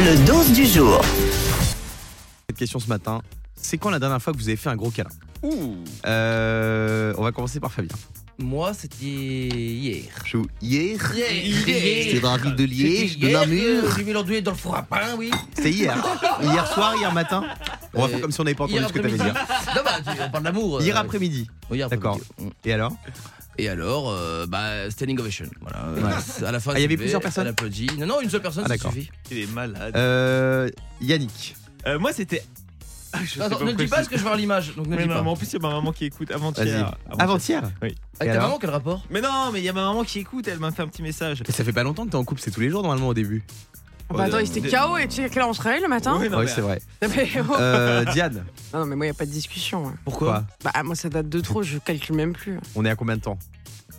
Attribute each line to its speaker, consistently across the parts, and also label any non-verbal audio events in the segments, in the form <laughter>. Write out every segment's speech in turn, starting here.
Speaker 1: Le 12 du jour.
Speaker 2: Cette question ce matin, c'est quand la dernière fois que vous avez fait un gros câlin
Speaker 3: Ouh.
Speaker 2: Euh, On va commencer par Fabien.
Speaker 3: Moi, c'était hier.
Speaker 4: Je joue hier. C'était
Speaker 3: Hier.
Speaker 4: dans la ville de Liège, de
Speaker 3: Hier,
Speaker 4: Namur.
Speaker 3: euh, J'ai mis l'andouillé dans le four à pain, oui.
Speaker 2: C'était hier. hier soir, hier matin. On va
Speaker 3: Euh,
Speaker 2: faire comme si on n'avait pas entendu
Speaker 3: Hier
Speaker 2: ce que t'avais
Speaker 3: après-midi.
Speaker 2: dire.
Speaker 3: Non, bah, tu- on parle d'amour. euh,
Speaker 2: Hier après-midi.
Speaker 3: oui, hier
Speaker 2: D'accord.
Speaker 3: après-midi.
Speaker 2: Et alors
Speaker 3: Et alors, euh, bah, standing ovation. Voilà. euh,
Speaker 2: Ouais.
Speaker 3: À la fin,
Speaker 2: Ah, il y
Speaker 3: tu
Speaker 2: avait
Speaker 3: fais,
Speaker 2: plusieurs personnes
Speaker 3: elle applaudit. Non, non, une seule personne,
Speaker 2: Ah,
Speaker 3: ça
Speaker 2: d'accord.
Speaker 3: suffit.
Speaker 5: Il est malade.
Speaker 2: euh, Yannick.
Speaker 5: Euh, moi, c'était. Ah, je sais
Speaker 3: Attends,
Speaker 5: pas
Speaker 3: ne le dis
Speaker 5: pourquoi
Speaker 3: pas
Speaker 5: je dis-
Speaker 3: parce que je vais avoir l'image. Donc ne le
Speaker 5: Mais
Speaker 3: dis pas.
Speaker 5: maman, en plus, il y a ma maman qui écoute
Speaker 2: Vas-y.
Speaker 5: avant-hier.
Speaker 2: Avant-hier
Speaker 3: Avec
Speaker 2: Et
Speaker 3: ta
Speaker 2: alors
Speaker 3: maman, quel rapport
Speaker 5: Mais non, mais il y a ma maman qui écoute, elle m'a fait un petit message.
Speaker 2: Et ça fait pas longtemps que t'es en couple, c'est tous les jours normalement au début.
Speaker 6: Bah attends, il était KO et tu sais que là on se réveille le matin.
Speaker 5: Oui, non,
Speaker 2: ouais,
Speaker 5: mais-
Speaker 2: c'est vrai.
Speaker 6: Non, <laughs> mais, oh.
Speaker 2: Euh, Diane.
Speaker 6: non, non, mais moi il a pas de discussion. ouais.
Speaker 2: Pourquoi
Speaker 6: Bah moi ça date de trop, je calcule même plus.
Speaker 2: On est à combien de temps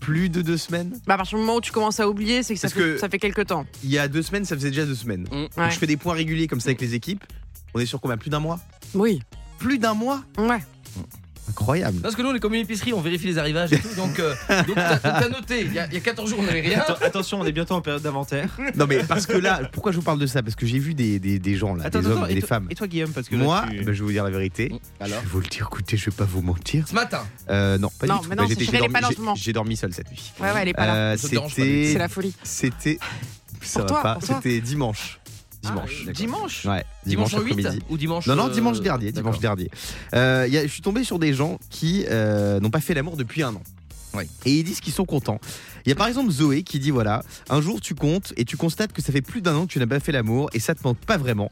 Speaker 2: Plus de deux semaines
Speaker 6: Bah à partir du moment où tu commences à oublier, c'est que ça
Speaker 2: Parce
Speaker 6: fait
Speaker 2: que-
Speaker 6: ça fait quelques temps.
Speaker 2: Il y a deux semaines, ça faisait déjà deux semaines.
Speaker 6: Ouais.
Speaker 2: Donc je fais des points réguliers comme ça avec les équipes. On est sûr qu'on a plus d'un mois
Speaker 6: Oui.
Speaker 2: Plus d'un mois
Speaker 6: Ouais.
Speaker 2: Incroyable.
Speaker 3: Parce que nous, on est comme une épicerie, on vérifie les arrivages et tout. Donc,
Speaker 2: <laughs>
Speaker 3: euh, donc t'as- t'as noté, il y, a il y a 14 jours, on n'avait rien.
Speaker 5: Attends, attention, on est bientôt en période d'inventaire.
Speaker 2: Non mais parce que là, pourquoi je vous parle de ça Parce que j'ai vu des, des, des gens là,
Speaker 5: Attends,
Speaker 2: des
Speaker 5: attends,
Speaker 2: hommes et
Speaker 5: et
Speaker 2: des
Speaker 5: toi-
Speaker 2: femmes.
Speaker 5: Et toi, Guillaume, parce que là,
Speaker 2: Moi,
Speaker 5: tu-
Speaker 2: bah, je vais vous dire la vérité.
Speaker 3: Alors
Speaker 2: Je vais vous le dire, écoutez, je vais pas vous mentir.
Speaker 3: Ce matin,
Speaker 2: Euh, non, pas
Speaker 6: Non,
Speaker 2: du tout.
Speaker 6: mais non,
Speaker 2: Bah, j'étais-
Speaker 6: c'est
Speaker 2: j'ai,
Speaker 6: chez les
Speaker 2: dormi,
Speaker 6: balancements.
Speaker 2: j'ai- j'ai dormi seul cette nuit.
Speaker 6: Ouais ouais, elle est pas là.
Speaker 2: Euh,
Speaker 3: Ça te dérange pas, du
Speaker 2: c'était,
Speaker 6: C'est la folie.
Speaker 2: c'était, ça
Speaker 6: Pour
Speaker 2: va
Speaker 6: toi,
Speaker 2: pas.
Speaker 6: pour toi. Ah,
Speaker 2: C'était dimanche, dimanche,
Speaker 3: d'accord.
Speaker 5: Dimanche
Speaker 2: ouais,
Speaker 3: Ah dimanche,
Speaker 2: dimanche,
Speaker 3: en 8
Speaker 2: après-midi.
Speaker 3: ou dimanche
Speaker 2: Non, non,
Speaker 3: euh,
Speaker 2: dimanche dernier, dimanche
Speaker 3: d'accord.
Speaker 2: dernier. Euh, y a- je suis tombé sur des gens qui euh, n'ont pas fait l'amour depuis un an.
Speaker 3: Ouais.
Speaker 2: Et ils disent qu'ils sont contents. Il y a par exemple Zoé qui dit voilà, un jour tu comptes et tu constates que ça fait plus d'un an que tu n'as pas fait l'amour et ça te manque pas vraiment.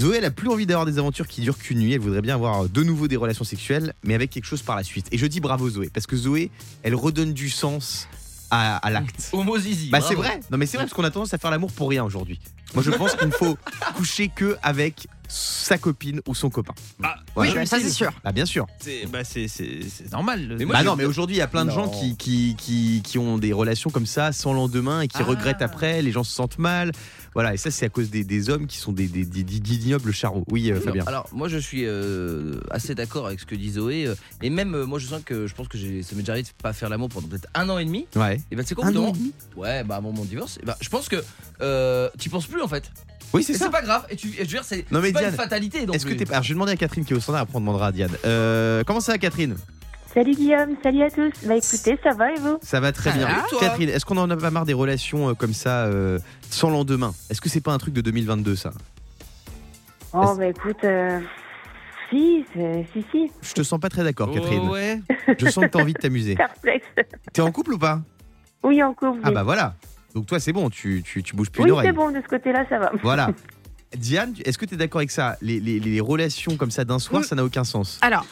Speaker 2: Zoé, elle a plus envie d'avoir des aventures qui durent qu'une nuit. Elle voudrait bien avoir de nouveau des relations sexuelles, mais avec quelque chose par la suite. Et je dis bravo Zoé, parce que Zoé, elle redonne du sens à, à l'acte.
Speaker 3: Homo zizi.
Speaker 2: Bah
Speaker 3: bravo.
Speaker 2: c'est vrai. Non mais c'est vrai parce qu'on a tendance à faire l'amour pour rien aujourd'hui. Moi je pense qu'il ne faut coucher que avec sa copine ou son copain.
Speaker 5: Ah,
Speaker 2: Voilà.
Speaker 6: Oui, bah, ça c'est sûr.
Speaker 2: Ah bien sûr.
Speaker 5: c'est bah, c'est- c'est- c'est normal.
Speaker 3: Mais moi,
Speaker 2: bah
Speaker 3: j'ai-
Speaker 2: non, mais aujourd'hui il y a plein de gens qui, qui, qui, qui ont des relations comme ça sans lendemain et qui
Speaker 3: Ah.
Speaker 2: regrettent après, les gens se sentent mal. Voilà, et ça c'est à cause des, des hommes qui sont des, des, des, des- d'ignobles charros. Oui, euh,
Speaker 3: Non,
Speaker 2: Fabien.
Speaker 3: Alors moi je suis euh, assez d'accord avec ce que dit Zoé euh, et même euh, moi je sens que je pense que j'ai- ça m'est déjà arrivé de pas faire l'amour pendant peut-être un an et demi
Speaker 2: Ouais.
Speaker 3: et bah c'est quoi au
Speaker 2: Un
Speaker 3: bout d'un
Speaker 2: an et
Speaker 3: moment-
Speaker 2: demi
Speaker 3: ouais bah avant mon divorce et bah, je pense que euh, tu penses plus en fait
Speaker 2: Oui, c'est
Speaker 3: et c'est
Speaker 2: ça.
Speaker 3: pas grave et tu et je veux dire c'est
Speaker 2: Non, mais
Speaker 3: c'est pas
Speaker 2: Diane,
Speaker 3: une fatalité donc
Speaker 2: Est-ce que t'es pas. Alors, je vais demander à Catherine qui est au standard, après on demandera à Diane. Euh, comment ça va, Catherine
Speaker 7: Salut Guillaume, salut à tous. Bah écoutez, ça va et vous
Speaker 2: Ça va très
Speaker 6: Ça
Speaker 2: bien.
Speaker 6: va,
Speaker 3: toi
Speaker 2: Catherine, est-ce qu'on en a pas marre des relations euh, comme ça, euh, sans lendemain Est-ce que c'est pas un truc de 2022 ça
Speaker 7: Oh bah écoute, euh, si, c'est- si, si,
Speaker 2: Je te sens pas très d'accord,
Speaker 6: Oh,
Speaker 2: Catherine.
Speaker 5: Ouais.
Speaker 2: Je sens que t'as envie de t'amuser.
Speaker 7: perplexe.
Speaker 2: T'es en couple ou pas
Speaker 7: Oui, en cours.
Speaker 2: Ah bah voilà. Donc toi, c'est bon, tu, tu, tu bouges plus
Speaker 7: oui,
Speaker 2: une oreille.
Speaker 7: c'est bon, de ce côté-là, ça va.
Speaker 2: Voilà. Diane, tu- est-ce que tu es d'accord avec ça les, les- les relations comme ça d'un soir,
Speaker 6: Oui.
Speaker 2: ça n'a aucun sens.
Speaker 6: Alors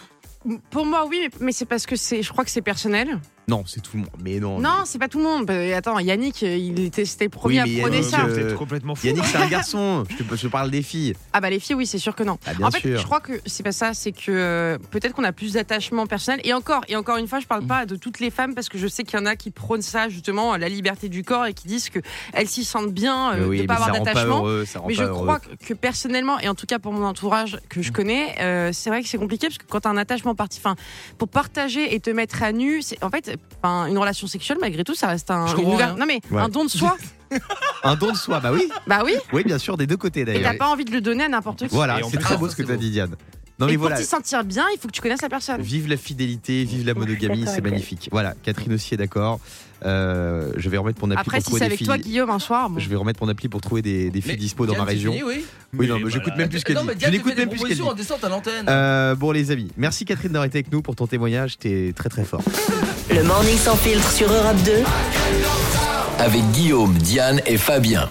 Speaker 6: pour moi oui, mais- mais c'est parce que c'est je crois que c'est personnel.
Speaker 2: Non, c'est tout le monde. Mais non.
Speaker 6: Non, c'est pas tout le monde. Bah, attends, Yannick, il était c'était le
Speaker 2: Oui,
Speaker 6: premier
Speaker 2: mais
Speaker 6: à prôner
Speaker 2: Yannick,
Speaker 6: ça.
Speaker 2: euh,
Speaker 5: Vous êtes complètement fou.
Speaker 2: Yannick, c'est un garçon. Je, te- je parle des filles.
Speaker 6: Ah bah les filles, oui, c'est sûr que non.
Speaker 2: Ah, bien
Speaker 6: en fait,
Speaker 2: sûr.
Speaker 6: je crois que c'est pas ça, c'est que euh, peut-être qu'on a plus d'attachement personnel. Et encore, et encore une fois, je
Speaker 2: Mm.
Speaker 6: parle pas de toutes les femmes parce que je sais qu'il y en a qui prônent ça justement, la liberté du corps et qui disent que elles s'y sentent bien euh,
Speaker 2: Mais oui,
Speaker 6: de pas
Speaker 2: mais ça
Speaker 6: avoir
Speaker 2: rend pas
Speaker 6: d'attachement.
Speaker 2: heureux, ça rend
Speaker 6: Mais
Speaker 2: pas
Speaker 6: je
Speaker 2: heureux. Mm.
Speaker 6: crois que, que personnellement, et en tout cas pour mon entourage que je connais, euh, c'est vrai que c'est compliqué parce que quand t'as un attachement parti, enfin, pour partager et te mettre à nu, c'est en fait, enfin, une relation sexuelle malgré tout, ça reste un,
Speaker 3: Je comprends
Speaker 6: une-
Speaker 3: rien.
Speaker 6: non mais
Speaker 2: hein. Ouais.
Speaker 6: un don
Speaker 2: <laughs>
Speaker 6: de soi.
Speaker 2: Un don de soi, bah oui.
Speaker 6: bah oui,
Speaker 2: Oui, bien sûr, des deux côtés
Speaker 6: et t'as
Speaker 2: d'ailleurs.
Speaker 6: pas envie de le donner à n'importe qui.
Speaker 2: Voilà,
Speaker 5: Et en
Speaker 2: c'est
Speaker 5: plus-
Speaker 2: très
Speaker 3: Ah,
Speaker 2: beau
Speaker 3: ça,
Speaker 2: ce que
Speaker 3: c'est
Speaker 2: tu as
Speaker 3: beau.
Speaker 2: dit, Diane. Non,
Speaker 6: et
Speaker 2: mais
Speaker 6: pour
Speaker 2: voilà.
Speaker 6: t'y sentir bien, il faut que tu connaisses la personne.
Speaker 2: Vive la fidélité, vive la monogamie,
Speaker 7: D'accord,
Speaker 2: c'est
Speaker 7: ok.
Speaker 2: magnifique. Voilà, Catherine aussi est d'accord. Euh, je vais remettre mon appli
Speaker 6: Après,
Speaker 2: pour
Speaker 6: si c'est
Speaker 2: trouver des
Speaker 6: avec toi,
Speaker 2: filles.
Speaker 6: Guillaume, un soir, bon.
Speaker 2: Je vais remettre mon appli pour trouver des, des filles
Speaker 3: Mais
Speaker 2: dispo dans
Speaker 3: Diane,
Speaker 2: ma
Speaker 3: c'est
Speaker 2: région.
Speaker 3: fini, oui Euh,
Speaker 2: Oui, non,
Speaker 5: Mais
Speaker 2: mais j'écoute
Speaker 5: voilà.
Speaker 2: même plus ce qu'elle
Speaker 3: non
Speaker 2: dit.
Speaker 3: mais
Speaker 2: Je
Speaker 3: Diane tu fais
Speaker 2: l'écoute
Speaker 3: des
Speaker 2: même plus ce qu'elle dit.
Speaker 3: propositions hein. en descente à l'antenne
Speaker 2: Euh, bon les amis, merci Catherine d'avoir été avec nous pour ton témoignage, t'es très très fort.
Speaker 1: Le morning sans filtre sur Europe 2.
Speaker 8: Avec Guillaume, Diane et Fabien.